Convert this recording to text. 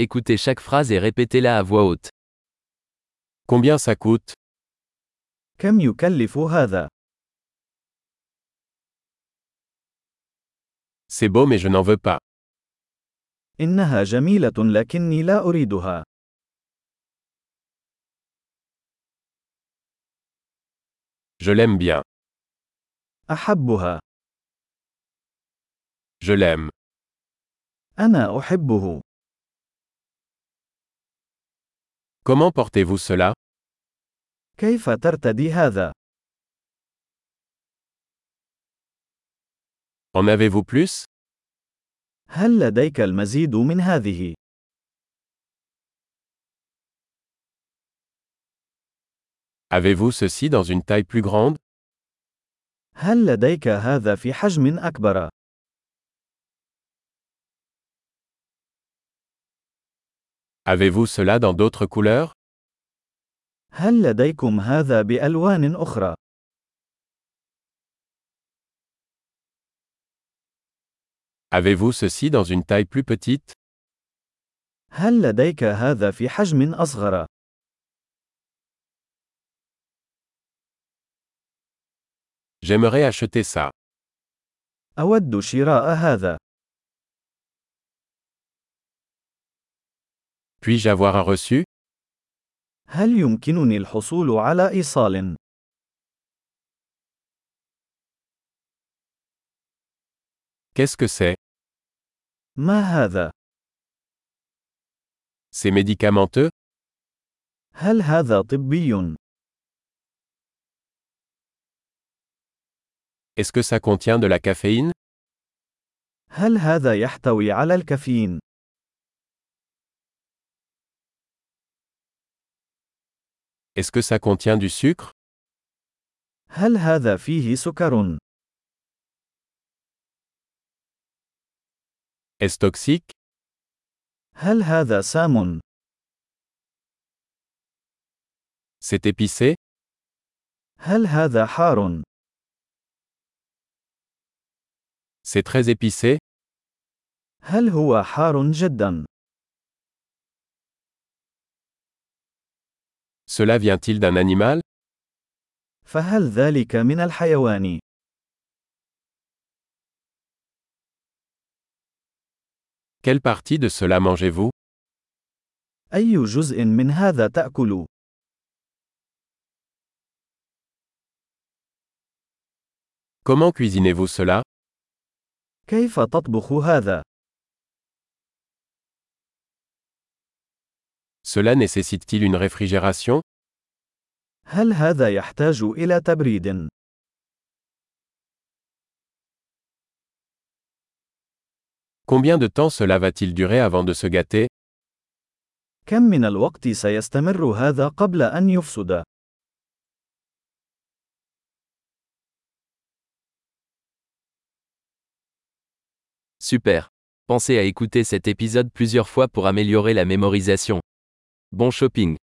Écoutez chaque phrase et répétez-la à voix haute. Combien ça coûte كم يكلف هذا؟ C'est beau mais je n'en veux pas. إنها جميلة لكني لا أريدها. Je l'aime bien. أحبها. Je l'aime. أنا أحبه. Comment portez-vous cela كيف ترتدي هذا؟ En avez-vous plus هل لديك المزيد من هذه؟ Avez-vous ceci dans une taille plus grande هل لديك هذا في حجم أكبر؟ Avez-vous cela dans d'autres couleurs هل لديكم هذا بألوان أخرى؟ Avez-vous ceci dans une taille plus petite هل لديك هذا في حجم أصغر؟ J'aimerais acheter ça. أود شراء هذا. Puis-je avoir un reçu هل يمكنني الحصول على إيصال؟ Qu'est-ce que c'est ما هذا؟ C'est médicamenteux هل هذا طبي؟ Est-ce que ça contient de la caféine هل هذا يحتوي على الكافيين؟ Est-ce que ça contient du sucre هل هذا فيه سكر؟ Est-ce toxique هل هذا سام؟ C'est épicé هل هذا حار؟ C'est très épicé هل هو حار جدا؟ Cela vient-il d'un animal فهل ذلك من الحيوان؟ Quelle partie de cela mangez-vous أي جزء من هذا تأكل؟ Comment cuisinez-vous cela كيف تطبخ هذا؟ Cela nécessite-t-il une réfrigération هل هذا يحتاج إلى تبريد؟ Combien de temps cela va-t-il durer avant de se gâter كم من الوقت سيستمر هذا قبل أن يفسد؟ Super. Pensez à écouter cet épisode plusieurs fois pour améliorer la mémorisation. Bon shopping.